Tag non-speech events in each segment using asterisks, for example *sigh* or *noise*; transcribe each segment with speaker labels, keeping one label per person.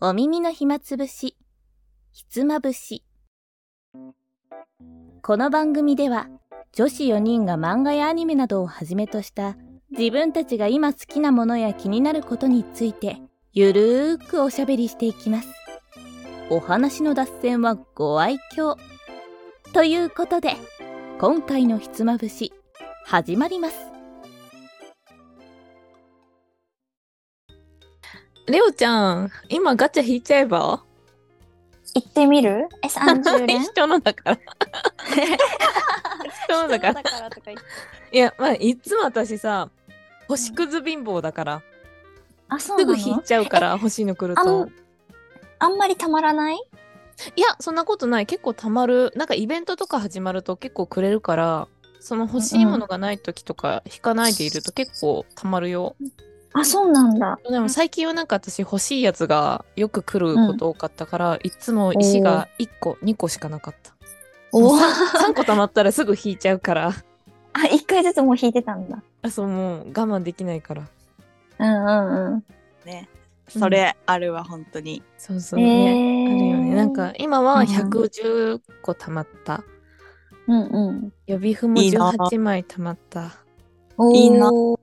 Speaker 1: お耳の暇つぶし、ひつまぶし。この番組では、女子4人が漫画やアニメなどをはじめとした、自分たちが今好きなものや気になることについて、ゆるーくおしゃべりしていきます。お話の脱線はご愛嬌。ということで、今回のひつまぶし、始まります。
Speaker 2: レオちゃん、今ガチャ引いちゃえば
Speaker 3: 行ってみる
Speaker 2: *laughs*
Speaker 3: ?S30 連
Speaker 2: 人のだから。人のだから。
Speaker 3: からとか言って
Speaker 2: いや、まあ、いつも私さ、星屑貧乏だから、
Speaker 3: あ、そう
Speaker 2: すぐ
Speaker 3: な
Speaker 2: 引い
Speaker 3: の
Speaker 2: ちゃうから、星の来る
Speaker 3: あ
Speaker 2: と
Speaker 3: ん。あんまりたまらない
Speaker 2: いや、そんなことない。結構たまる。なんかイベントとか始まると結構くれるから、その欲しいものがない時とか、引かないでいると結構たまるよ。
Speaker 3: あ、そうなんだ。
Speaker 2: でも最近はなんか私欲しいやつがよく来ること多かったから、いつも石が1個、2個しかなかった。
Speaker 3: おお。あ、
Speaker 2: 3個たまったらすぐ引いちゃうから。
Speaker 3: 一回ずつもう引いてたんだ。
Speaker 2: あ、そう、もう我慢できないから。
Speaker 3: うんうんう
Speaker 4: ね。
Speaker 2: うん
Speaker 4: それあるわ、本当に。
Speaker 2: そうそ
Speaker 3: ん。
Speaker 2: うね。あるよね。
Speaker 3: ー
Speaker 2: なんか、今は
Speaker 3: うん
Speaker 2: 110個たまった。
Speaker 3: うんうん。
Speaker 2: 予備譜も
Speaker 4: いいな
Speaker 2: 18枚たまった。
Speaker 3: お
Speaker 4: いいな
Speaker 3: ー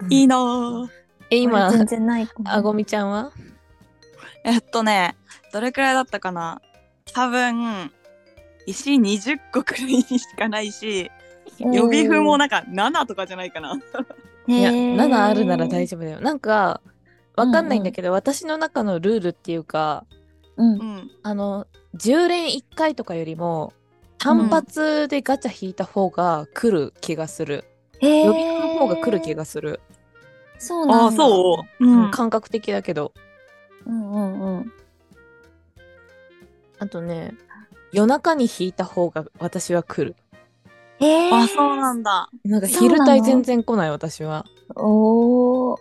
Speaker 2: うん
Speaker 4: いいなぁ。
Speaker 2: え、今
Speaker 3: 俺、全然ないかも
Speaker 2: あごみちゃんは
Speaker 4: えっとね、どれくらいだったかな多分、石20個くらいにしかないし、予備譜もなんか7とかじゃないかな。
Speaker 3: い
Speaker 2: いや、7あるなら大
Speaker 3: 丈
Speaker 2: 丈夫だよ。なんか、わかんないんだけど、私の中のルールっていうか、
Speaker 3: 夫。うん
Speaker 4: う。ん。
Speaker 2: あの、10連1回とかよりも、単発でガチャ引いた方が来る気がする。
Speaker 3: 予
Speaker 2: 予備譜の方が来る気がする。
Speaker 3: そうなんだ。
Speaker 4: ああ、そう。うん。
Speaker 2: 感覚的だけど。
Speaker 3: う。うんうんうん。
Speaker 2: あとね、夜中に引いた方が私は来る。
Speaker 3: えー。
Speaker 4: あ、そうなんだ。
Speaker 2: なんか
Speaker 3: そうな
Speaker 2: 昼
Speaker 3: の
Speaker 2: 帯全然来ない私は。 *laughs*
Speaker 3: おお。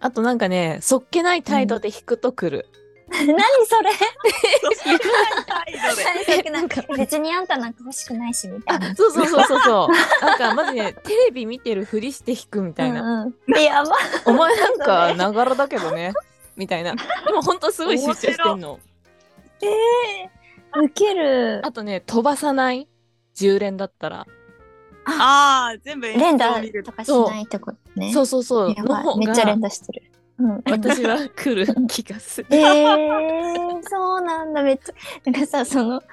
Speaker 2: あとなんかね、そっけない態度で引くと来る。
Speaker 3: 何それ
Speaker 4: そしてない態度で。
Speaker 3: 何それ *laughs* なんか *laughs* 別にあんたなんか欲しくないしみたいな。
Speaker 2: そうそうそうそうそう。なんかまずね、テレビ見てるふりして引くみたいな。
Speaker 3: うんうん。やば。
Speaker 2: お前なんかながらだけどね。みたいな。でもほんとすごい集中してんの。
Speaker 3: ええー。ウケる。
Speaker 2: あとね、飛ばさない。10連だったら。
Speaker 4: ああ、全部演
Speaker 3: 連
Speaker 4: 奏
Speaker 3: 打
Speaker 4: を見る
Speaker 3: と。かしないってことね。
Speaker 2: そうそうそう。
Speaker 3: や
Speaker 2: の
Speaker 3: ば
Speaker 2: 方
Speaker 3: い。め
Speaker 2: が
Speaker 3: っちゃ連打してる。
Speaker 2: *laughs*
Speaker 3: うん。
Speaker 2: 私は
Speaker 3: *laughs*
Speaker 2: 来る気がする。
Speaker 3: ええー、そうなんだ。めっちゃ。なんかさ、その、さ、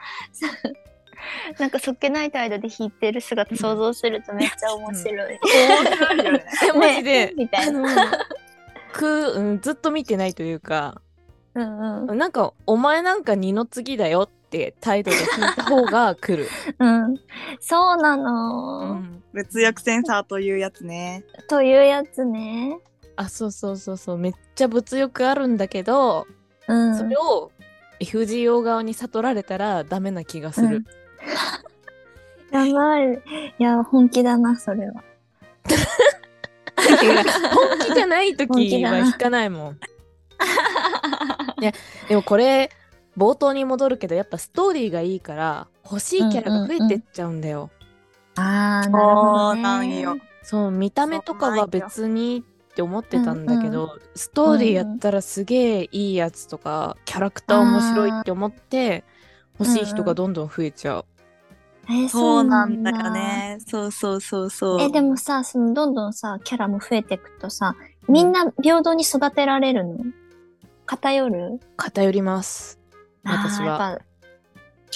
Speaker 3: なんかそっけない態度で弾いてる姿想像するとめっちゃ面白い。
Speaker 4: 面白いよね。
Speaker 2: えマジで
Speaker 3: ね。みたいな。
Speaker 2: な。く、うん、ずっと見てないというか、
Speaker 3: うんうん。
Speaker 2: なんか、お前なんか二の次だよって態度で聞いた方が来る。
Speaker 3: うん。 *laughs* そうな
Speaker 2: う
Speaker 3: の、
Speaker 2: ん、
Speaker 4: 物欲センサーというやつ *laughs* ね。
Speaker 3: というやつね。
Speaker 2: あ、そうそうそうそう、めっちゃ物欲あるんだけど、
Speaker 3: うん。
Speaker 2: それを FGO 側に悟られたらダメな気がする。
Speaker 3: やばい。いや、本気だな、それは。
Speaker 2: 本気じゃない時
Speaker 3: 本気だ
Speaker 2: は
Speaker 3: な
Speaker 2: 引かないもん。いや、でもこれ、冒頭に戻るけど、やっぱストーリーがいいから、欲しいキャラが増えてっちゃうんだよ。
Speaker 3: ああ、なるほ
Speaker 4: そ
Speaker 3: ど、
Speaker 4: う
Speaker 3: ね。
Speaker 4: なんよ。
Speaker 2: そう見た目とかは別にって思ってたんだけど、ストーリーやったらすげえいいやつとか、キャラクター面白いって思って欲しい人がどんどん増えちゃう、
Speaker 3: えー
Speaker 4: そうなんだよ。ね。そうそうそうそう。
Speaker 3: えでもさそのどんどんさキャラも増えていくとさみんな平等に育てられるの偏る
Speaker 2: 偏ります私は
Speaker 3: あーやっ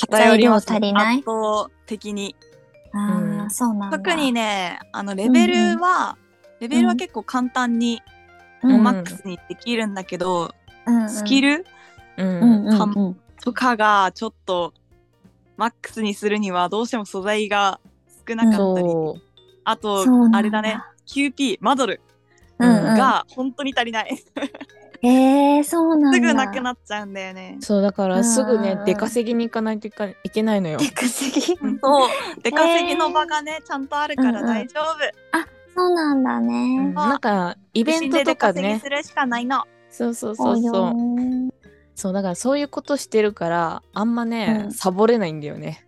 Speaker 4: 偏ります
Speaker 3: 材料足りない
Speaker 4: 圧倒的に。
Speaker 3: ぱあー、
Speaker 2: うん
Speaker 3: そうなんだ
Speaker 4: 特にねあのレベルは、レベルは結構簡単に、もうマックスにできるんだけど、スキ
Speaker 3: ル
Speaker 4: ル
Speaker 2: うん、
Speaker 3: うんうん
Speaker 4: 完
Speaker 3: うん
Speaker 4: とかがちょっとマックスにするにはどうしても素材が少なかったり、
Speaker 2: そう
Speaker 4: あと
Speaker 3: そうなんだ
Speaker 4: あれだね QP マドル
Speaker 3: うんうん
Speaker 4: が本当に足りない、
Speaker 3: えー、そうなんだ
Speaker 4: すぐなくなっちゃうんだよね。
Speaker 2: そうだからすぐね
Speaker 3: うん
Speaker 2: 出稼ぎに行かないといかいけないのよ
Speaker 3: でかす *laughs* ぎ
Speaker 4: うんそう出稼ぎの場がね、ちゃんとあるから大丈夫。
Speaker 3: そうなんだ
Speaker 2: うん
Speaker 3: ね、
Speaker 2: なんかイ
Speaker 4: イ
Speaker 2: ベントとかね
Speaker 4: するしかないの。
Speaker 2: そうそう
Speaker 3: お
Speaker 2: そう
Speaker 3: よ
Speaker 2: そう
Speaker 3: ー
Speaker 2: そうだからそういうことしてるからあんまね、
Speaker 3: うん
Speaker 2: サボれないんだよね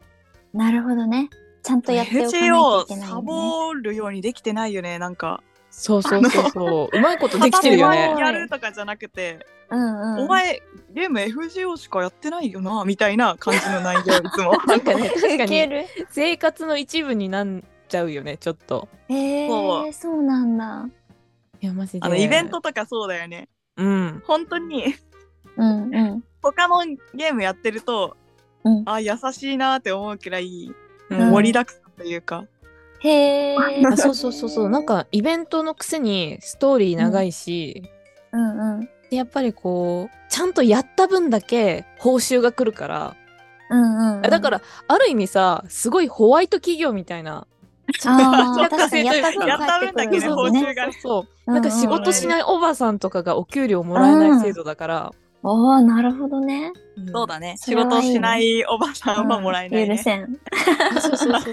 Speaker 3: なるほどねちゃんとやっておかないとい
Speaker 4: FGO
Speaker 3: けない、ね、
Speaker 4: サボるようにできてないよねなんか。
Speaker 3: *laughs*
Speaker 2: *laughs* そうそうそうそううまいことできてるよね
Speaker 3: 片手間を
Speaker 4: やるとかじゃなくて、
Speaker 3: うんうん、
Speaker 4: お前ゲーム FGO しかやってないよなみたいな感じの内容いつも
Speaker 2: なんかね確か
Speaker 3: ウケ
Speaker 2: に
Speaker 3: る
Speaker 2: 生活の一部になんちゃうよねちょっと
Speaker 3: え
Speaker 4: そ
Speaker 3: ー、そうなんだ
Speaker 2: いやマジで
Speaker 4: あのイベントとかそうだよね
Speaker 2: うん
Speaker 4: 本当に
Speaker 3: うんうん
Speaker 4: 他のゲームやってると、
Speaker 3: うん
Speaker 4: あ優しいなって思うくらい
Speaker 3: ん
Speaker 4: 盛りだくさんというか、
Speaker 3: へえ
Speaker 2: あそうそうそうそうなんかイベントのくせにストーリー長いし、
Speaker 3: うんうん
Speaker 2: でやっぱりこうちゃんとやった分だけ報酬が来るから、
Speaker 3: うんうん
Speaker 2: だからある意味さすごいホワイト企業みたい *laughs* な
Speaker 3: あー
Speaker 2: ちょっと
Speaker 3: 確かにやった
Speaker 4: やった
Speaker 3: 分
Speaker 4: 分
Speaker 3: 返
Speaker 4: だ
Speaker 3: って
Speaker 4: けね
Speaker 3: くる
Speaker 4: 報
Speaker 3: もん
Speaker 4: 酬がね
Speaker 2: そう
Speaker 3: うんう
Speaker 2: なんか仕事しないおばさんとかがお給料もらえない制度だから、
Speaker 3: おーなるほどね
Speaker 2: ん
Speaker 4: そうだね
Speaker 3: そ
Speaker 4: 仕
Speaker 3: れはいいね
Speaker 4: 事をしないおばさんはもらえない、
Speaker 3: うん
Speaker 4: ね
Speaker 3: 許せん
Speaker 2: そうそうそうそう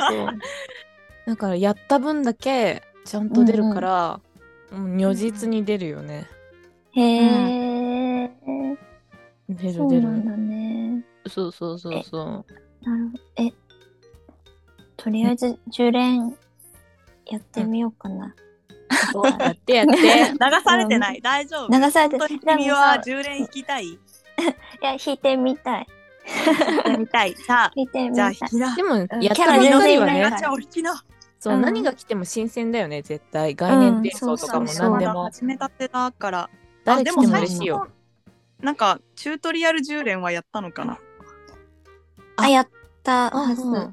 Speaker 2: だからやった分だけちゃんと出るから、うん如実に出るよね、
Speaker 3: へえ、
Speaker 2: 出
Speaker 3: そ
Speaker 2: る
Speaker 3: う
Speaker 2: 出
Speaker 3: なん
Speaker 2: る
Speaker 3: だね
Speaker 2: そうそうそうそう
Speaker 3: なるほどえとりあえず10連やってみようかな、どうだろう
Speaker 2: *laughs* やってや
Speaker 3: *laughs*
Speaker 2: って
Speaker 4: 流されてない、大丈夫
Speaker 3: 流されて
Speaker 4: 本当に
Speaker 3: でも
Speaker 4: 君
Speaker 3: さ
Speaker 4: は10連引きたい
Speaker 3: いや弾いてみたい
Speaker 4: みたいさ
Speaker 3: 弾いて
Speaker 4: あ
Speaker 3: み
Speaker 4: じゃ
Speaker 3: た
Speaker 4: あ
Speaker 3: い
Speaker 4: 引きな
Speaker 2: でもやったばっ
Speaker 3: キャラ
Speaker 2: か
Speaker 3: 全
Speaker 2: り
Speaker 3: 然
Speaker 2: は
Speaker 3: ない
Speaker 2: ね
Speaker 3: から
Speaker 4: じゃあ引きな
Speaker 2: そう、
Speaker 3: うん
Speaker 2: 何が来ても新鮮だよね絶対概念転
Speaker 3: そ
Speaker 2: 送と
Speaker 3: うそう
Speaker 2: かも
Speaker 3: そう
Speaker 2: 何でも、
Speaker 4: 始めたてだから
Speaker 2: 誰来ても
Speaker 4: あでも最
Speaker 2: 嬉
Speaker 4: 初
Speaker 2: しいよ
Speaker 4: のなんかチュートリアル10連はやったのかな
Speaker 3: あやったはず、
Speaker 2: あ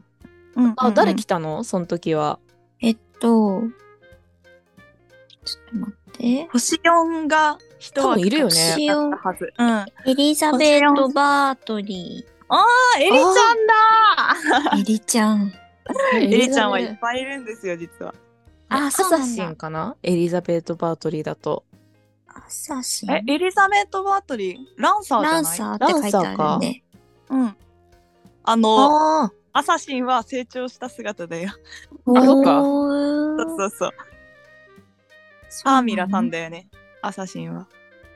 Speaker 4: うん
Speaker 2: あ誰来たのその時は
Speaker 3: えっとちょっと待って
Speaker 4: 星4が人
Speaker 2: 多分いるよね
Speaker 3: 星四
Speaker 4: はず、うん、あ
Speaker 3: エリザベート・バートリ
Speaker 4: エリちゃんだ
Speaker 3: ーエリちゃん
Speaker 2: エ
Speaker 4: エリちゃんはいっぱいいるんですよ実は
Speaker 2: あア
Speaker 3: あそう
Speaker 2: サ
Speaker 3: なんだ
Speaker 2: シンかなエリザベート・バートリーだと
Speaker 3: アサシン
Speaker 4: えエリザベート・バートリーランサーじゃ
Speaker 3: ラ
Speaker 4: ない
Speaker 3: ンサーって書いてあるね
Speaker 4: うんあの
Speaker 2: あ
Speaker 4: アサシンは成長した姿だよ
Speaker 2: ーあそっか
Speaker 3: おー
Speaker 4: そうそうそうアーミラさんだよねアサシンは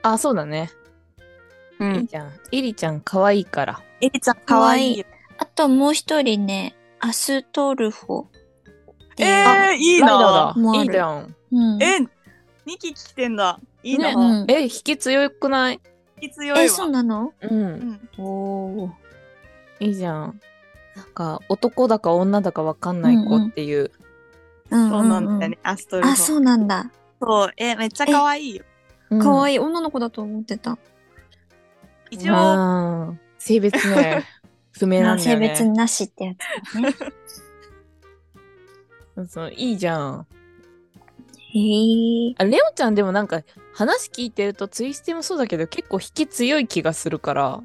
Speaker 2: あそうだね
Speaker 4: う
Speaker 2: エリちゃんエリちゃん可愛いから
Speaker 4: エリちゃんかわいい
Speaker 3: あともう一人ね、アストルフォって
Speaker 4: え
Speaker 3: いう。
Speaker 4: ー、いい
Speaker 2: ライダ
Speaker 4: な
Speaker 2: ー
Speaker 3: もう
Speaker 2: だ
Speaker 3: あ
Speaker 2: いい
Speaker 3: る
Speaker 2: じゃん
Speaker 3: うん、
Speaker 4: え二期来てんだいいな、
Speaker 2: ね
Speaker 3: うん
Speaker 2: え引き強くない
Speaker 4: 引き強いわ
Speaker 3: え、そうなの
Speaker 2: うん
Speaker 4: うん
Speaker 3: おー
Speaker 2: いいじゃんなんか男だか女だかわかんない子っていう、
Speaker 3: うんうん
Speaker 4: そうなんだよね、アスト
Speaker 3: う
Speaker 4: ル
Speaker 3: ん
Speaker 4: フ
Speaker 3: あ、
Speaker 4: そ
Speaker 3: そううなんだ。
Speaker 4: えめっちゃ可愛いよ
Speaker 2: うん
Speaker 3: 可愛い女の子だと思ってた。
Speaker 4: 一応
Speaker 2: あー性別 *laughs* ね不明なんだ
Speaker 3: 性
Speaker 2: よね
Speaker 3: 別なしってやつだね。
Speaker 2: そうそういいじゃん
Speaker 3: へえ。
Speaker 2: あレオちゃんでもなんか話聞いてるとツイステもそうだけど結構引き強い気がするから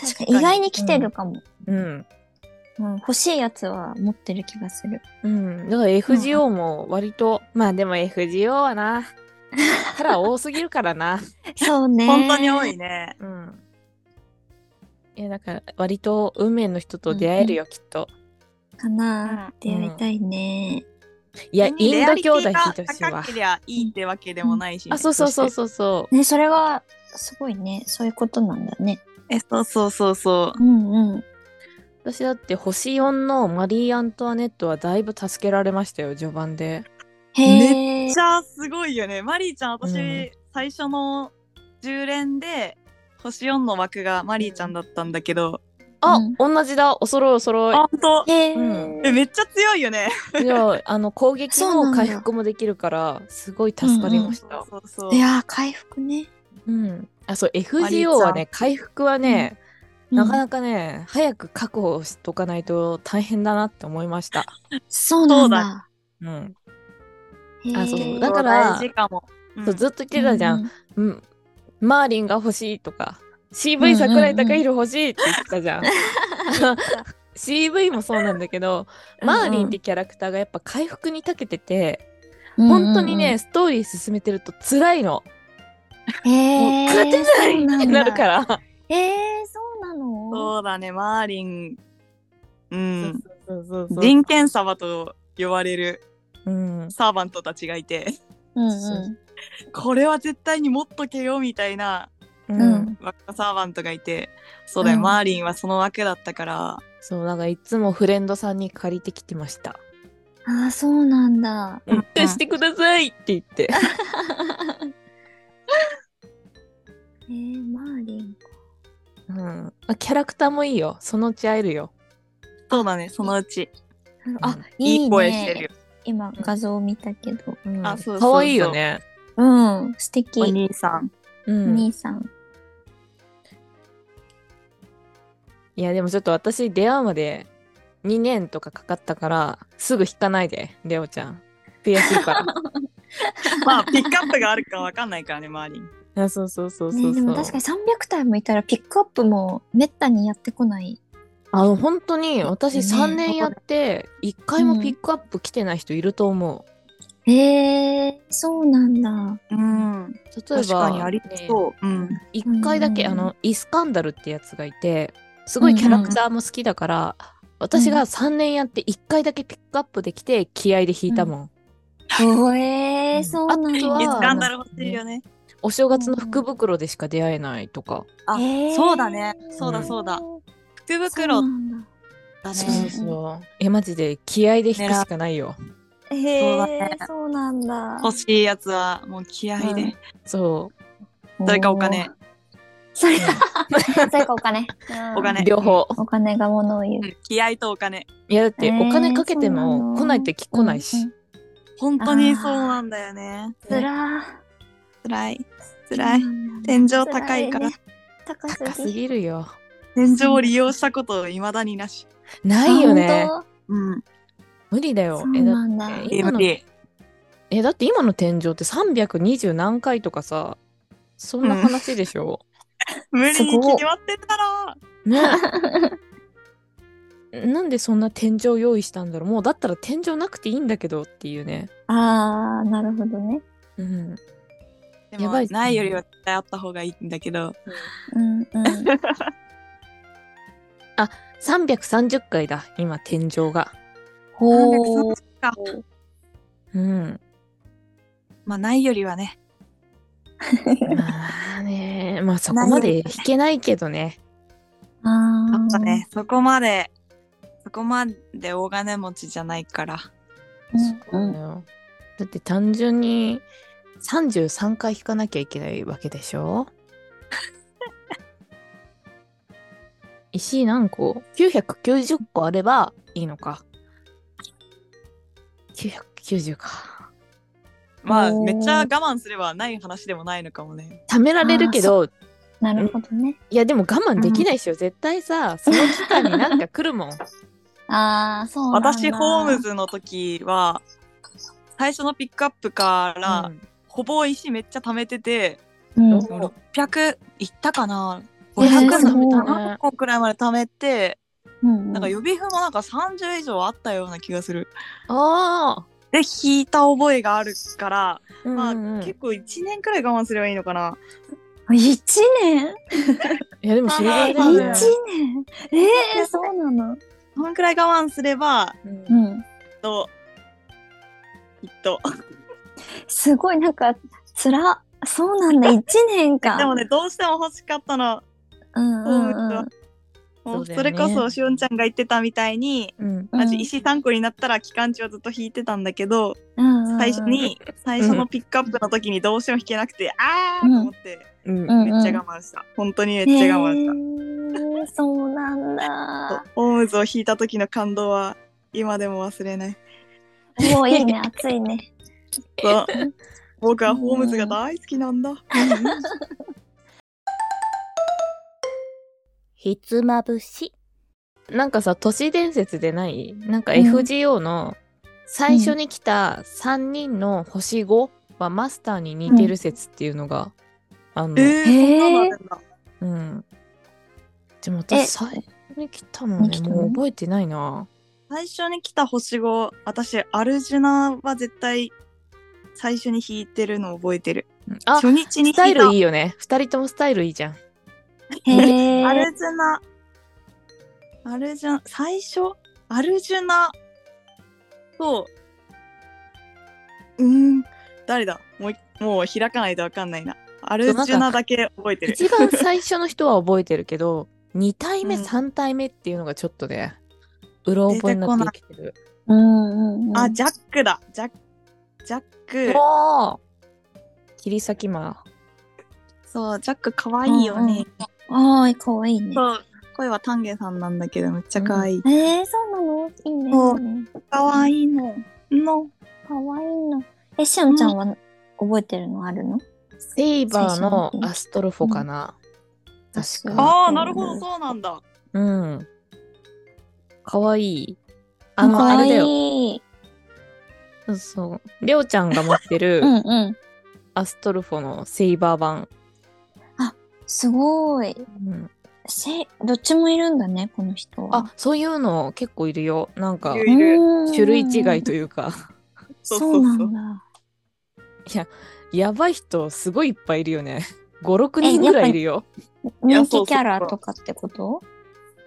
Speaker 3: 確かに意外に来てるかも。
Speaker 2: うん
Speaker 3: うん、欲しいやつは持ってる気がす
Speaker 4: *laughs*
Speaker 3: る。
Speaker 2: うんだから FGO も割と、まあでも FGO はなキャラ多すぎるから *laughs* な
Speaker 3: そうね。
Speaker 4: 本当に多い。ね
Speaker 2: うんいやだから割と運命の人と出会えるよ、きっと
Speaker 3: かな、
Speaker 2: う
Speaker 3: 出
Speaker 2: ん
Speaker 3: 会いたいね。
Speaker 2: いやイ
Speaker 4: 別に
Speaker 2: ン
Speaker 4: レ
Speaker 2: ド兄
Speaker 4: アリティ
Speaker 2: 弟引い
Speaker 4: が
Speaker 2: てほしい
Speaker 4: 高
Speaker 2: わ
Speaker 4: けりゃいいってわけでもないし、
Speaker 2: あそうそうそうそうそう
Speaker 3: ね、それが、すごいね。そういうことなんだね。
Speaker 4: えそうそうそうそ
Speaker 3: うんうん。
Speaker 2: 私だって星4のマリー・アントワネットはだいぶ助けられましたよ序盤で
Speaker 3: へえ。
Speaker 4: うめっちゃすごいよねマリーちゃん私、
Speaker 2: うん
Speaker 4: 最初の10連で星4の枠がマリーちゃんだったんだけど、
Speaker 2: あ、
Speaker 3: うん
Speaker 2: 同じだおそろいおそろい
Speaker 4: 本当
Speaker 3: へえ、
Speaker 2: うん
Speaker 4: えめっちゃ強いよね
Speaker 2: じゃああの攻撃
Speaker 3: そうな
Speaker 2: も
Speaker 3: んだ
Speaker 2: 回復もできるからすごい助かりました
Speaker 4: そうそう
Speaker 3: いやー回復ね。
Speaker 2: うん、あそう
Speaker 4: マリー
Speaker 2: FGO
Speaker 4: ちゃん
Speaker 2: はね回復はね、なかなかね早く確保しとかないと大変だなって思いました
Speaker 3: そうなんだ。
Speaker 2: うん、
Speaker 3: へー
Speaker 2: あそう
Speaker 4: そ
Speaker 2: だ
Speaker 4: う
Speaker 2: から
Speaker 4: 大事かも、うん
Speaker 2: そうずっと言ってたじゃん、。
Speaker 3: う
Speaker 2: うん、マーリンが欲しいとか CV 桜井貴弘欲しいって言ってたじゃん *laughs* CV もそうなんだけど、
Speaker 3: うんうん
Speaker 2: マーリンってキャラクターがやっぱ回復に長けてて、
Speaker 3: ん
Speaker 2: 本当にね、。ストーリー進めてると辛いの、
Speaker 3: へ
Speaker 2: もう
Speaker 3: え。。
Speaker 2: 勝てないってなるからら、
Speaker 3: へえ、そうなの。
Speaker 4: そうだねマーリンうん
Speaker 2: そうそうそうそう
Speaker 4: 人権様と呼ばれる
Speaker 2: うん
Speaker 4: サーバントたちがいて *laughs*
Speaker 3: うん
Speaker 2: そう
Speaker 3: う
Speaker 4: これは絶対に持っとけよみたいな
Speaker 2: うん
Speaker 3: うん
Speaker 4: 若サーバントがいてそうだよ、
Speaker 3: うん
Speaker 4: マーリンはその枠だったから。
Speaker 2: そうなんかいつもフレンドさんに借りてきてました
Speaker 3: ん。ああ、そうなんだ
Speaker 2: *laughs* 「
Speaker 4: うん
Speaker 2: 貸してください」って言って
Speaker 3: えー、マーリンか。
Speaker 2: うん、あキャラクターもいいよそのうち会えるよ
Speaker 4: そうだね、そのうち。
Speaker 3: あ
Speaker 2: うん、
Speaker 3: いい,、ね、
Speaker 4: いい声してるよ。
Speaker 3: 今、画像を見たけど。
Speaker 2: うん
Speaker 4: あそうそうそう
Speaker 2: 可愛いよね
Speaker 3: うん、素敵。
Speaker 4: お兄さん。
Speaker 2: うん
Speaker 3: 兄さん。
Speaker 2: いやでもちょっと私出会うまで2年とかかかったからすぐ引かないでレオちゃん悔しいか
Speaker 4: *laughs* まあ、ピックアップがあるかわかんないからね、マーリン。
Speaker 2: らあそうそうそうそうそ
Speaker 3: ね、
Speaker 2: う、
Speaker 3: でも確かに300体もいたらピックアップもめったにやってこない。
Speaker 2: あの本当に私
Speaker 3: ね
Speaker 2: 3年やって1回もピックアップ来てない人いると思う、
Speaker 3: へえー、そうなん
Speaker 4: *laughs*
Speaker 3: だ。
Speaker 4: うん。
Speaker 2: 例えば
Speaker 4: 確かにありそう。うん。
Speaker 2: 1回だけ、
Speaker 3: うん
Speaker 2: あのイスカンダルってやつがいてすごいキャラクターも好きだから、私が3年やって1回だけピックアップできて気合で引いたもん、
Speaker 3: おえー、そうなん
Speaker 2: あとは
Speaker 4: イ
Speaker 2: い
Speaker 4: ス
Speaker 2: つ
Speaker 4: カ
Speaker 2: か
Speaker 4: ンダル欲しいよね。
Speaker 2: お正月の福袋でしか出会えないとか、
Speaker 4: あ、
Speaker 3: へー
Speaker 4: そうだね。そうだそうだ。福袋
Speaker 3: そうなんだ
Speaker 4: だ
Speaker 2: そうそう
Speaker 4: ね。
Speaker 2: そうえマジで気合で引くしかないよ
Speaker 3: へ
Speaker 4: そうだ
Speaker 3: え
Speaker 4: ね
Speaker 3: ー、そうなんだ。
Speaker 4: 欲しいやつはもう気合で。
Speaker 2: そ
Speaker 4: それかお金。
Speaker 3: それか、 *laughs* それかお金。
Speaker 4: お金
Speaker 2: う両方
Speaker 3: お金が物を言
Speaker 4: う
Speaker 3: う。
Speaker 4: ん気合とお金。
Speaker 2: いやだって
Speaker 3: えー
Speaker 2: お金かけて
Speaker 3: そうな
Speaker 2: も
Speaker 3: の
Speaker 2: 来ないって来ないし、
Speaker 3: うんうん
Speaker 4: 本当にそうなんだよね。
Speaker 3: つらー。
Speaker 4: 辛い。辛い。
Speaker 3: 天
Speaker 4: 天井高いから。
Speaker 3: 高
Speaker 2: 高
Speaker 3: す
Speaker 2: す
Speaker 3: ぎ
Speaker 2: ぎるよ
Speaker 4: 天井を利用したことを未だになし。
Speaker 2: ないよね
Speaker 4: うん。
Speaker 2: 無理だ
Speaker 3: そ
Speaker 2: よ
Speaker 3: う
Speaker 2: えだ
Speaker 3: なんだ
Speaker 2: えー今の
Speaker 4: AMD。
Speaker 2: えだって今の天井って320何回とかさそんな話でし
Speaker 3: *laughs*
Speaker 2: ょ、
Speaker 4: 無理に決まってるだろう。
Speaker 2: ねなんでそんな天井用意したんだろうもうだったら天井なくていいんだけどっていうね
Speaker 3: あーなるほどね
Speaker 2: うん
Speaker 4: で
Speaker 2: や
Speaker 4: も
Speaker 2: ばいっすね
Speaker 4: ないよりは絶対あった方がいいんだけど。
Speaker 3: うん
Speaker 4: *laughs*
Speaker 3: うん
Speaker 2: 330回だ今天井が
Speaker 3: ほう
Speaker 4: か
Speaker 2: うん
Speaker 4: まあないよりはね。
Speaker 3: *laughs*
Speaker 2: まあねまあそこまで弾けないけどね
Speaker 3: あ
Speaker 4: やっぱ
Speaker 3: ー
Speaker 4: ね、そこまで、そこまで大金持ちじゃないから。
Speaker 3: う
Speaker 2: だ
Speaker 3: ん
Speaker 2: よだって単純に33回弾かなきゃいけないわけでしょ石何個 ?990 個あればいいのか。990か。
Speaker 4: まあ、
Speaker 3: おー
Speaker 4: めっちゃ我慢すればない話でもないのかもね。
Speaker 2: 貯められるけど、い
Speaker 3: なるほどね
Speaker 2: やでも我慢できないでしょ。絶対さ、その期間になんか来るも
Speaker 4: *laughs*
Speaker 2: ん。
Speaker 3: あーそうなんだ
Speaker 4: 私、ホームズの時は、最初のピックアップから、
Speaker 2: うん
Speaker 4: ほぼ石めっちゃ貯めてて、
Speaker 3: うん
Speaker 4: 600いったかな
Speaker 3: えー
Speaker 4: 500
Speaker 3: すごい
Speaker 4: 700個くらいまで貯めて、
Speaker 3: うん
Speaker 4: なんか予備譜もなんか30以上あったような気がする。
Speaker 2: あ
Speaker 4: で、弾いた覚えがあるから、
Speaker 2: あ、
Speaker 4: まあ、
Speaker 2: うんうんうん
Speaker 4: 結構1年くらい我慢すればいいのかな。
Speaker 3: 一年
Speaker 2: いやでもそれぐらいだ
Speaker 4: ま
Speaker 2: よ
Speaker 4: あ
Speaker 3: 一
Speaker 2: ね
Speaker 4: まあ
Speaker 3: 年えー
Speaker 4: *laughs*
Speaker 3: そうなの
Speaker 4: そのくらい我慢すれば、
Speaker 2: うん
Speaker 3: うん
Speaker 4: と、きっと。
Speaker 3: すごいなんかつらそうなん
Speaker 4: *laughs*
Speaker 3: だ一年か
Speaker 4: でもね、どうしても欲しかったの。
Speaker 3: うんうん
Speaker 4: ホームズ
Speaker 3: う
Speaker 4: は
Speaker 3: ん
Speaker 4: もう
Speaker 2: そうだよね
Speaker 4: それこそしおんちゃんが言ってたみたいに、
Speaker 2: うん
Speaker 4: まず
Speaker 3: うん
Speaker 4: 石3個になったら期間中はずっと弾いてたんだけど、
Speaker 3: うんうんうん
Speaker 4: 最初に最初のピックアップの時にどうしても弾けなくて、あー
Speaker 3: うん
Speaker 4: と思って
Speaker 2: うん
Speaker 3: うん
Speaker 4: めっちゃ我慢した、本当にめっちゃ我慢した、
Speaker 3: へーそうなん
Speaker 4: *laughs*
Speaker 3: だ
Speaker 4: ホームズを弾いた時の感動は今でも忘れない
Speaker 3: もういいね暑い
Speaker 4: *laughs*
Speaker 3: ね
Speaker 4: そう僕はホームズが大好きなんだ、
Speaker 1: ひつまぶし
Speaker 2: なんかさ都市伝説でないなんか
Speaker 3: うん
Speaker 2: FGO の最初に来た3人の星5はマスターに似てる説っていうのが、あんの、
Speaker 4: えー、そんなのあるんだ
Speaker 2: うんでも
Speaker 3: え
Speaker 2: 私最初に来たのね
Speaker 3: 来たの
Speaker 2: もう覚えてないな
Speaker 4: 最初に来た星5私アルジュナは絶対最初に弾いてるの覚えてる
Speaker 2: あ
Speaker 4: 初日に
Speaker 2: スタ
Speaker 4: 弾い
Speaker 2: イ
Speaker 4: た
Speaker 2: ルいいよね2人ともスタイルいいじゃん
Speaker 3: へ
Speaker 4: ア
Speaker 3: え
Speaker 4: ルジュナ、アルジュナ、最初、アルジュナと、うーん、誰だもうい、もう開かないとわかんないな。アルジュナだけ覚えてる。
Speaker 2: 一番最初の人は覚えてるけど2体目
Speaker 4: うん
Speaker 2: 3体目っていうのがちょっとねうろ覚えになってきてる
Speaker 3: うんうんうん
Speaker 4: あ、ジャックだ。ジャック、ジャック、
Speaker 2: おー切り裂き魔
Speaker 4: そうジャック可愛いよね、
Speaker 3: ああ、かわいいね。
Speaker 4: そう声は丹下さんなんだけどめっちゃ可愛い、
Speaker 3: えー、そうなのいいね。
Speaker 4: そう
Speaker 3: いいね
Speaker 4: 可愛いのの
Speaker 3: かわいいの。え、しおんちゃんは覚えてるのあるの
Speaker 2: セイバーのアストロフォかな。確か。
Speaker 4: ああなるほどそうなんだ
Speaker 2: うん。かわいい。あの、
Speaker 3: か
Speaker 2: あ
Speaker 3: わ
Speaker 2: れだよ。
Speaker 3: いい。
Speaker 2: そうそう。りょうちゃんが持ってる
Speaker 3: *laughs* うんうん。
Speaker 2: アストルフォのセイバー版。
Speaker 3: すごい。
Speaker 2: うん、
Speaker 3: せ、どっちもいるんだね、この人は。
Speaker 2: あ、そういうの結構いるよ。なんか
Speaker 4: い、るいる
Speaker 2: 種類違いという
Speaker 3: *laughs*
Speaker 2: か、
Speaker 3: そ
Speaker 4: そ
Speaker 3: そ
Speaker 4: ううそうう
Speaker 3: な
Speaker 4: そうん
Speaker 3: だ。
Speaker 2: やばい人すごいいっぱいいるよね。5、6人ぐらいいるよ。
Speaker 4: いや
Speaker 3: 人
Speaker 4: そ
Speaker 3: 気
Speaker 4: う
Speaker 3: キャラ
Speaker 4: そう
Speaker 3: とかってこと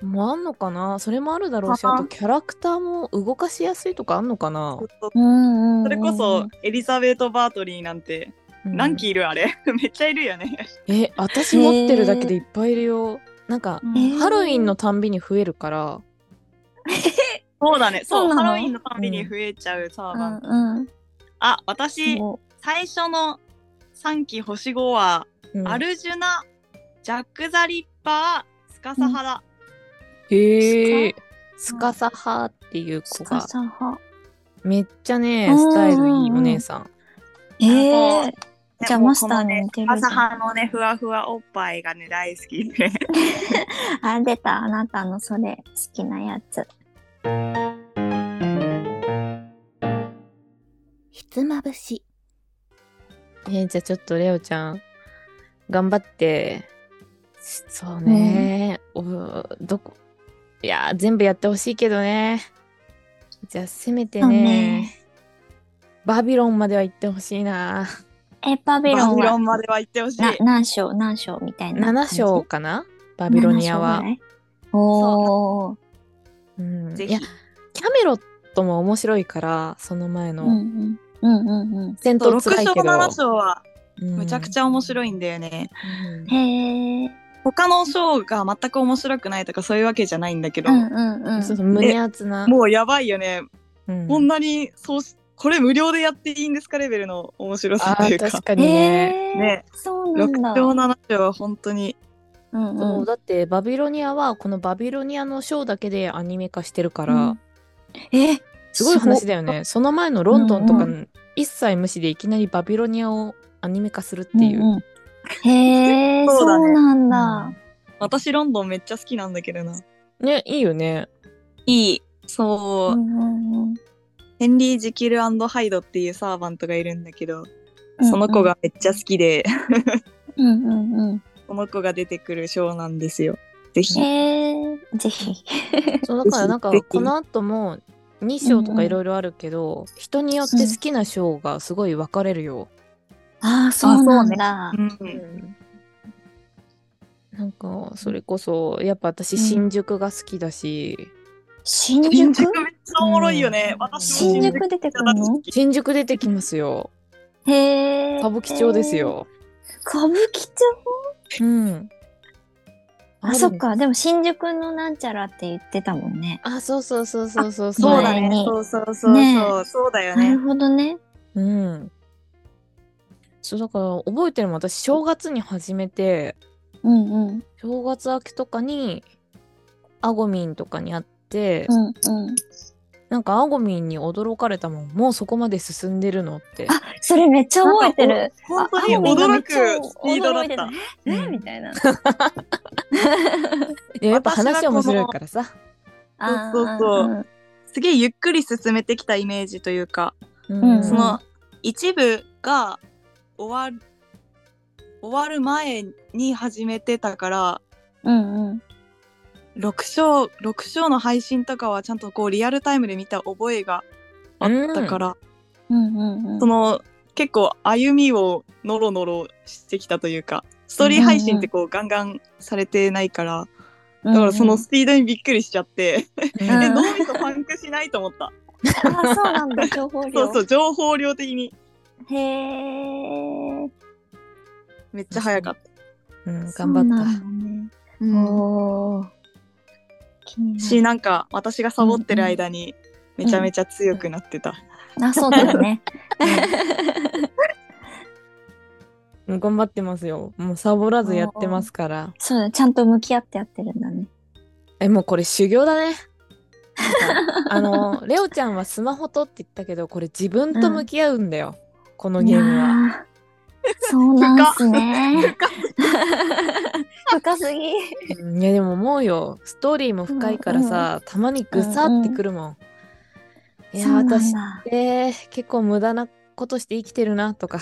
Speaker 2: もうあんのかなそれもあるだろうし、
Speaker 3: あ
Speaker 2: あとキャラクターも動かしやすいとかあんのかな
Speaker 3: うんうん。
Speaker 4: それこそ、エリザベート・バートリーなんて
Speaker 2: うん
Speaker 4: 何期いるあれ *laughs* めっちゃいるよね、
Speaker 2: え、私持ってるだけでいっぱいいるよ。なんか、
Speaker 3: えー
Speaker 2: ハロウィンのたんびに増えるから、
Speaker 4: そうだね
Speaker 3: そう
Speaker 4: そ
Speaker 3: な
Speaker 4: う
Speaker 3: の
Speaker 4: ハロウィンのたんびに増えちゃうサー
Speaker 3: う
Speaker 4: バー、
Speaker 3: んうん。
Speaker 4: あ
Speaker 3: す
Speaker 4: 私
Speaker 3: ご
Speaker 4: 最初の3期星5は、
Speaker 2: うん
Speaker 4: アルジュナジャック・ザ・リッパースカサハラ、
Speaker 2: へえ。スカサハっていう子
Speaker 3: スカ
Speaker 2: が
Speaker 3: サハ。
Speaker 2: めっちゃね
Speaker 3: うん
Speaker 2: スタイルいいお姉さん。
Speaker 3: え
Speaker 4: あ
Speaker 3: え
Speaker 4: の。ね
Speaker 3: じゃあ
Speaker 4: もう
Speaker 3: マスターに似てる
Speaker 4: このねスカサハのねふわふわおっぱいがね大好き
Speaker 3: *laughs*
Speaker 4: で
Speaker 3: あ、出た。あなたのそれ、好きなやつ。
Speaker 1: ひつまぶし
Speaker 2: えーじゃあちょっとレオちゃん頑張って。そうね、おどこいやー全部やってほしいけどね。じゃあせめて
Speaker 3: そう
Speaker 2: ね
Speaker 3: ね
Speaker 2: バビロンまでは行ってほしいな。
Speaker 3: え、バビ
Speaker 4: バ
Speaker 3: ロン
Speaker 4: ビロ
Speaker 3: は
Speaker 4: ンまでは行ってほしい
Speaker 3: な何章何章みたいな感
Speaker 2: 7
Speaker 3: じ。
Speaker 2: 章かなバビロニアは。
Speaker 3: 七章ぐらい。おお。
Speaker 2: うん、
Speaker 4: ぜ
Speaker 2: い
Speaker 4: ひ
Speaker 2: やキャメロットも面白いからその前
Speaker 3: う
Speaker 2: の、
Speaker 3: んうん。うんうん
Speaker 2: 戦
Speaker 4: そう
Speaker 2: 闘つら
Speaker 4: 6
Speaker 2: い
Speaker 4: 章
Speaker 2: けど
Speaker 4: 7章は
Speaker 2: うん
Speaker 4: むちゃくちゃ面白いんだよね、
Speaker 2: うん
Speaker 3: うん。へえ。
Speaker 4: 他の章が全く面白くないとかそういうわけじゃないんだけど、
Speaker 3: うんうんうん。
Speaker 2: そうそう胸熱な
Speaker 4: もうやばいよね、
Speaker 2: うん
Speaker 4: こんなにそうしこれ無料でやっていいんですかレベルの面白さ
Speaker 2: あ
Speaker 4: という
Speaker 2: ー
Speaker 4: か
Speaker 2: 確かにね、
Speaker 3: へえ。
Speaker 4: ね
Speaker 3: そうなん
Speaker 4: 6
Speaker 3: だ。
Speaker 4: 章7章は本当に
Speaker 3: うんうん
Speaker 2: そうだってバビロニアはこのバビロニアのショーだけでアニメ化してるから、
Speaker 3: うんえ
Speaker 2: すごい話だよねその前のロンドンとか、
Speaker 3: う
Speaker 2: 一切無視でいきなりバビロニアをアニメ化するって
Speaker 3: すご
Speaker 2: いう、
Speaker 3: んんへえそ
Speaker 4: そううだね
Speaker 3: なんだ、
Speaker 4: 私ロンドンめっちゃ好きなんだけどな
Speaker 2: ねいいよね
Speaker 4: いい
Speaker 3: う
Speaker 4: そう、
Speaker 3: んうんうん
Speaker 4: ヘンリー・ジキルハイドっていうサーバントがいるんだけどその子がめっちゃ好きで、 *laughs*
Speaker 3: うんうんうん
Speaker 4: その子が出てくるショーなんですよぜひ、
Speaker 3: へえぜひ
Speaker 2: そうだからなんか
Speaker 4: ぜひぜひ
Speaker 2: この後も2章とかいろいろあるけど、人によって好きな章がすごい分かれるよ、
Speaker 3: ああ
Speaker 4: そうなん
Speaker 3: だ
Speaker 4: うん
Speaker 2: なんかそれこそやっぱ私新宿が好きだし、
Speaker 3: 新宿
Speaker 4: 新宿めっちゃおもろいよね、
Speaker 2: うん
Speaker 4: 私
Speaker 3: 新
Speaker 4: も新宿
Speaker 3: 宿出てくるの
Speaker 2: 新宿出てきますよ
Speaker 3: へえ
Speaker 2: 歌舞伎町ですよ、
Speaker 3: 歌舞伎町
Speaker 2: うん
Speaker 3: あそっかでも新宿のなんちゃらって言ってたもんね
Speaker 2: あそうそうそうそうそう
Speaker 4: そ
Speaker 2: そうう
Speaker 4: だ
Speaker 3: 前
Speaker 4: ね
Speaker 3: に
Speaker 4: そうそうそうそう、
Speaker 3: ね
Speaker 4: そうだよ
Speaker 3: な
Speaker 4: ね
Speaker 3: るほどね
Speaker 2: うんそうだから覚えてるもん私正月に始めて
Speaker 3: うんうん
Speaker 2: 正月明けとかにあごみんとかに会って、
Speaker 3: うんうん
Speaker 2: なんかあごみんに驚かれたもんもうそこまで進んでるのって
Speaker 3: あそれめっちゃ覚えてる
Speaker 4: 本当に驚くスピードだっ
Speaker 3: あ
Speaker 4: た。
Speaker 3: え
Speaker 2: うん
Speaker 3: みたいな
Speaker 2: いややっぱ
Speaker 4: 私は
Speaker 2: 話面白いからさ
Speaker 3: あー
Speaker 4: そうそう
Speaker 3: うん
Speaker 4: すげえゆっくり進めてきたイメージというか、
Speaker 2: うん
Speaker 3: うん
Speaker 4: その一部が終わる終わる前に始めてたから
Speaker 3: うんうん
Speaker 4: 6章6章の配信とかはちゃんとこうリアルタイムで見た覚えがあったから、
Speaker 3: うんうんうん
Speaker 4: その結構歩みをノロノロしてきたというかストーリー配信ってこうガンガンされてないからだからそのスピードにびっくりしちゃって、
Speaker 2: うん
Speaker 3: うん
Speaker 4: え脳みそパンクしないと思った。
Speaker 3: あ *laughs* そうなんだ情報量
Speaker 4: そうそう情報量的に
Speaker 3: へえ
Speaker 4: めっちゃ早かった。
Speaker 2: うん頑張った
Speaker 3: た
Speaker 4: うん
Speaker 3: おお気にな
Speaker 4: しなんか私がサボってる間にめちゃめちゃ強く
Speaker 3: *laughs*
Speaker 4: なってた。
Speaker 3: るあそうだよね
Speaker 2: うん頑張ってますよ。もうサボらずやってますから。
Speaker 3: そうだ、ちゃんと向き合ってやってるんだね。
Speaker 2: え、もうこれ修行だね。なん
Speaker 3: *laughs*
Speaker 2: かあの、レオちゃんはスマホとって言ったけど、これ自分と向き合うんだよ。このゲームは。
Speaker 3: は。そうなんすね。深すぎ。
Speaker 2: うんいやでも思うよストーリーも深いからさ、たまにぐさってくるもん、いや
Speaker 3: そうなんだ
Speaker 2: 私って結構無駄なことして生きてるなとか、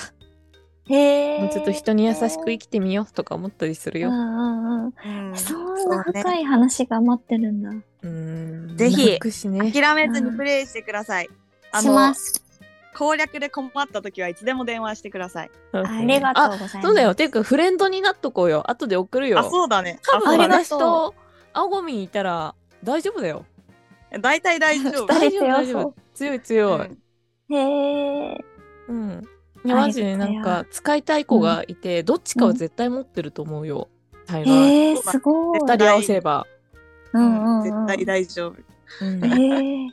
Speaker 3: へえ。
Speaker 2: もうちょっと人に優しく生きてみようとか思ったりする
Speaker 3: う
Speaker 2: よ、
Speaker 3: んうんうん。
Speaker 4: うん
Speaker 3: そんな
Speaker 4: そうね
Speaker 3: 深い話が待ってるんだ。
Speaker 2: うん
Speaker 4: ぜひ
Speaker 2: 楽しね
Speaker 4: 諦めずにプレイしてください。あ
Speaker 3: し
Speaker 4: の
Speaker 3: ます。
Speaker 4: 攻略で困った時はいつでも電話してください。
Speaker 3: ありがとう
Speaker 2: あ
Speaker 3: ございます。
Speaker 2: そうだよていうかフレンドになっとこうよ後で送るよ
Speaker 4: あそうだね。
Speaker 2: 多分
Speaker 4: あそうだね
Speaker 2: 私と青ゴミいたら大丈夫だよ
Speaker 4: 大体大丈夫。
Speaker 3: 二
Speaker 2: 大丈
Speaker 3: 人
Speaker 2: 夫
Speaker 3: 強
Speaker 2: 大丈
Speaker 3: そ
Speaker 2: 夫強い強い、
Speaker 3: へえ。
Speaker 2: うん。いや、
Speaker 3: ありがとう
Speaker 2: マジでなんか、使いたい子がいて、どっちかは絶対持ってると思うよ。タイガー。
Speaker 3: へえ、すごい。
Speaker 2: 二人合わせれば。
Speaker 3: う
Speaker 4: うん
Speaker 3: うんう
Speaker 4: ん
Speaker 3: ん
Speaker 4: 絶対大丈夫。
Speaker 2: うん。
Speaker 3: へえ。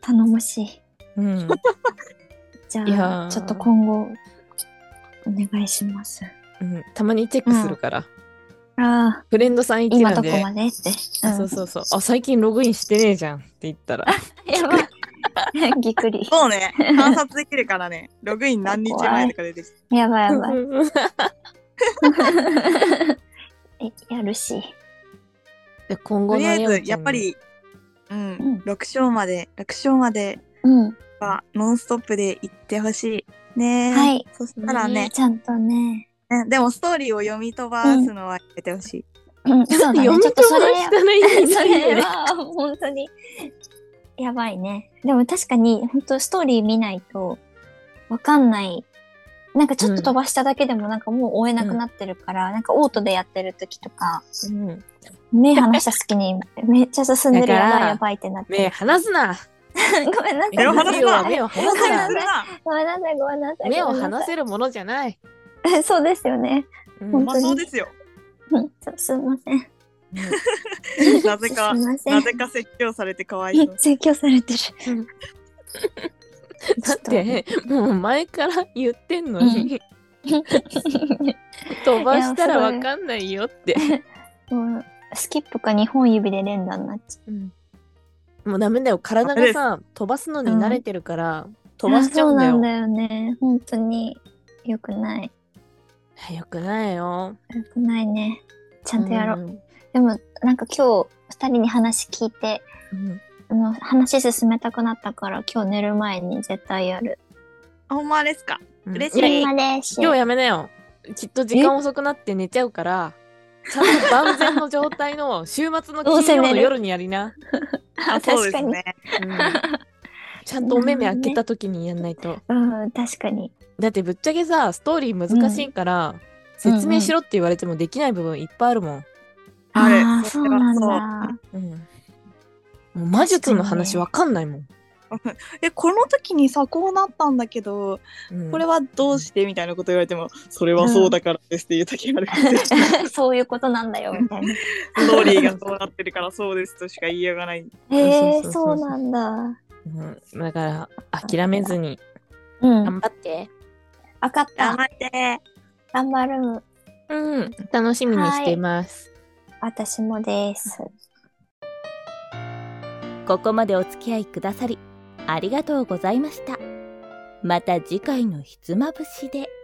Speaker 3: 頼もしい。
Speaker 2: うん
Speaker 3: じ
Speaker 2: いや
Speaker 3: ゃあ、
Speaker 2: ー
Speaker 3: ちょっと今後、お願いします。
Speaker 2: うんたまにチェックするから。
Speaker 3: ああ、
Speaker 2: フレンドさん言って
Speaker 3: 今
Speaker 2: るん
Speaker 3: どこ
Speaker 2: で。
Speaker 3: までって。
Speaker 2: あそうそう
Speaker 3: *laughs*
Speaker 2: そう。あ、最近ログインしてねえじゃんって言った *laughs* ら。
Speaker 3: うん。やばい。ぎっ
Speaker 2: *laughs*
Speaker 3: くり。
Speaker 4: そうね。観察できるからね。ログイン何日前とか出てきて。
Speaker 3: やばいやばい。 *laughs*
Speaker 2: うんじ
Speaker 3: え、やるし。
Speaker 2: ゃあ今
Speaker 4: と
Speaker 2: 後の
Speaker 4: りあえ
Speaker 2: レオちゃん
Speaker 4: ず
Speaker 2: の
Speaker 4: やっぱ。り、うん、
Speaker 3: うん
Speaker 4: 6章まで6章まで
Speaker 3: うん。
Speaker 4: はノンストップで行ってほしいね。
Speaker 3: はい。
Speaker 4: そしたらね、
Speaker 3: ちゃんとね。
Speaker 4: ねでもストーリーを読み飛ばすのはやめてほしい。
Speaker 3: うん、そうだね。ち
Speaker 2: *laughs*
Speaker 3: ょ
Speaker 2: 読
Speaker 3: っ
Speaker 2: み
Speaker 3: と
Speaker 2: 飛
Speaker 3: そ
Speaker 2: ば
Speaker 3: れ、
Speaker 2: したらい *laughs* いん
Speaker 3: *laughs* そ
Speaker 2: だよ
Speaker 3: れ
Speaker 2: ね。
Speaker 3: は本当にやばいね。でも確かに本当ストーリー見ないとわかんない。なんかちょっと飛ばしただけでもなんかもう追えなくなってるから、なんかオートでやってる時とか、
Speaker 2: うん
Speaker 3: 目離した隙に *laughs* めっちゃ進んでる
Speaker 2: だから
Speaker 3: やばいやばいってなって。
Speaker 2: 目離すな。
Speaker 3: *laughs* ごめんなさい。
Speaker 4: 目を離すな
Speaker 2: 目を離
Speaker 3: だか
Speaker 2: す
Speaker 3: ら
Speaker 2: な
Speaker 4: す。るな
Speaker 3: ごめんなさい、ごめんなさい。
Speaker 2: 目を
Speaker 3: ごめんな
Speaker 2: 離
Speaker 3: さい
Speaker 2: せるものじゃない。
Speaker 3: *laughs* そうですよね。
Speaker 2: うん
Speaker 3: 本
Speaker 4: ま
Speaker 3: 当
Speaker 4: あ
Speaker 3: に
Speaker 4: そうですよ。
Speaker 3: うんそうすいません。
Speaker 4: なぜか
Speaker 3: すいませ。
Speaker 4: なんぜか説教されてかわい
Speaker 3: め
Speaker 4: そ
Speaker 3: っ
Speaker 4: う。
Speaker 3: ちゃ強されてる。 *laughs*
Speaker 2: だってもう前から言ってんのに、飛ばしたらわかんないよって、
Speaker 3: もうスキップか2本指で連打になっちゃ
Speaker 2: もうダメだよ体がさ飛ばすのに慣れてるから、飛ばしちゃうんだ
Speaker 3: そ
Speaker 2: よ
Speaker 3: うなんだよね。本当に良くない。
Speaker 2: よくないよ
Speaker 3: 良くないね。ち
Speaker 2: ち
Speaker 3: ゃんとやろう。でもなんか今日二人に話聞いて、
Speaker 2: うん
Speaker 3: あの話進めたくなったから今日寝る前に絶対やる。
Speaker 4: あほんまですか。
Speaker 2: うん
Speaker 4: 嬉しい
Speaker 2: や
Speaker 4: え
Speaker 3: 今です。
Speaker 2: 今日やめなよきっと時間遅くなって寝ちゃうからちゃんと万全の状態の週末の
Speaker 3: ど
Speaker 2: 金
Speaker 3: うせ
Speaker 2: 曜
Speaker 3: 寝
Speaker 2: の
Speaker 3: る
Speaker 2: 夜にやりな、
Speaker 4: あそうですね。
Speaker 2: うん *laughs* ちゃんとお目目開けた時にやんないと。
Speaker 3: うん、確かに。
Speaker 2: だってぶっちゃけさストーリー難しいから、
Speaker 3: うん
Speaker 2: 説明しろって言われてもできない部分いっぱいあるもん、
Speaker 4: あれ
Speaker 3: ああ、そ
Speaker 4: そうれは
Speaker 3: なんだ。
Speaker 2: うんもう魔術の話わかんないもん、
Speaker 4: えこの時にさこうなったんだけど
Speaker 2: うん
Speaker 4: これはどうしてみたいなこと言われてもそれはそうだからですっていう時あるから、ス
Speaker 3: そういうことなんだよ、みたいな。
Speaker 4: トーリーがそうなってるからそうですとしか言いようがない
Speaker 3: へ
Speaker 2: そ
Speaker 3: え、
Speaker 2: うそうそう
Speaker 3: そ
Speaker 2: そう
Speaker 3: うなんだ。
Speaker 2: うんだから諦めずに
Speaker 3: うん。
Speaker 2: 頑張って
Speaker 3: わかった。
Speaker 4: って
Speaker 3: 頑張る。
Speaker 2: うん楽しみにしてます、
Speaker 3: 私もです。
Speaker 1: ここまでお付き合いくださりありがとうございましたまた次回のひつまぶしで「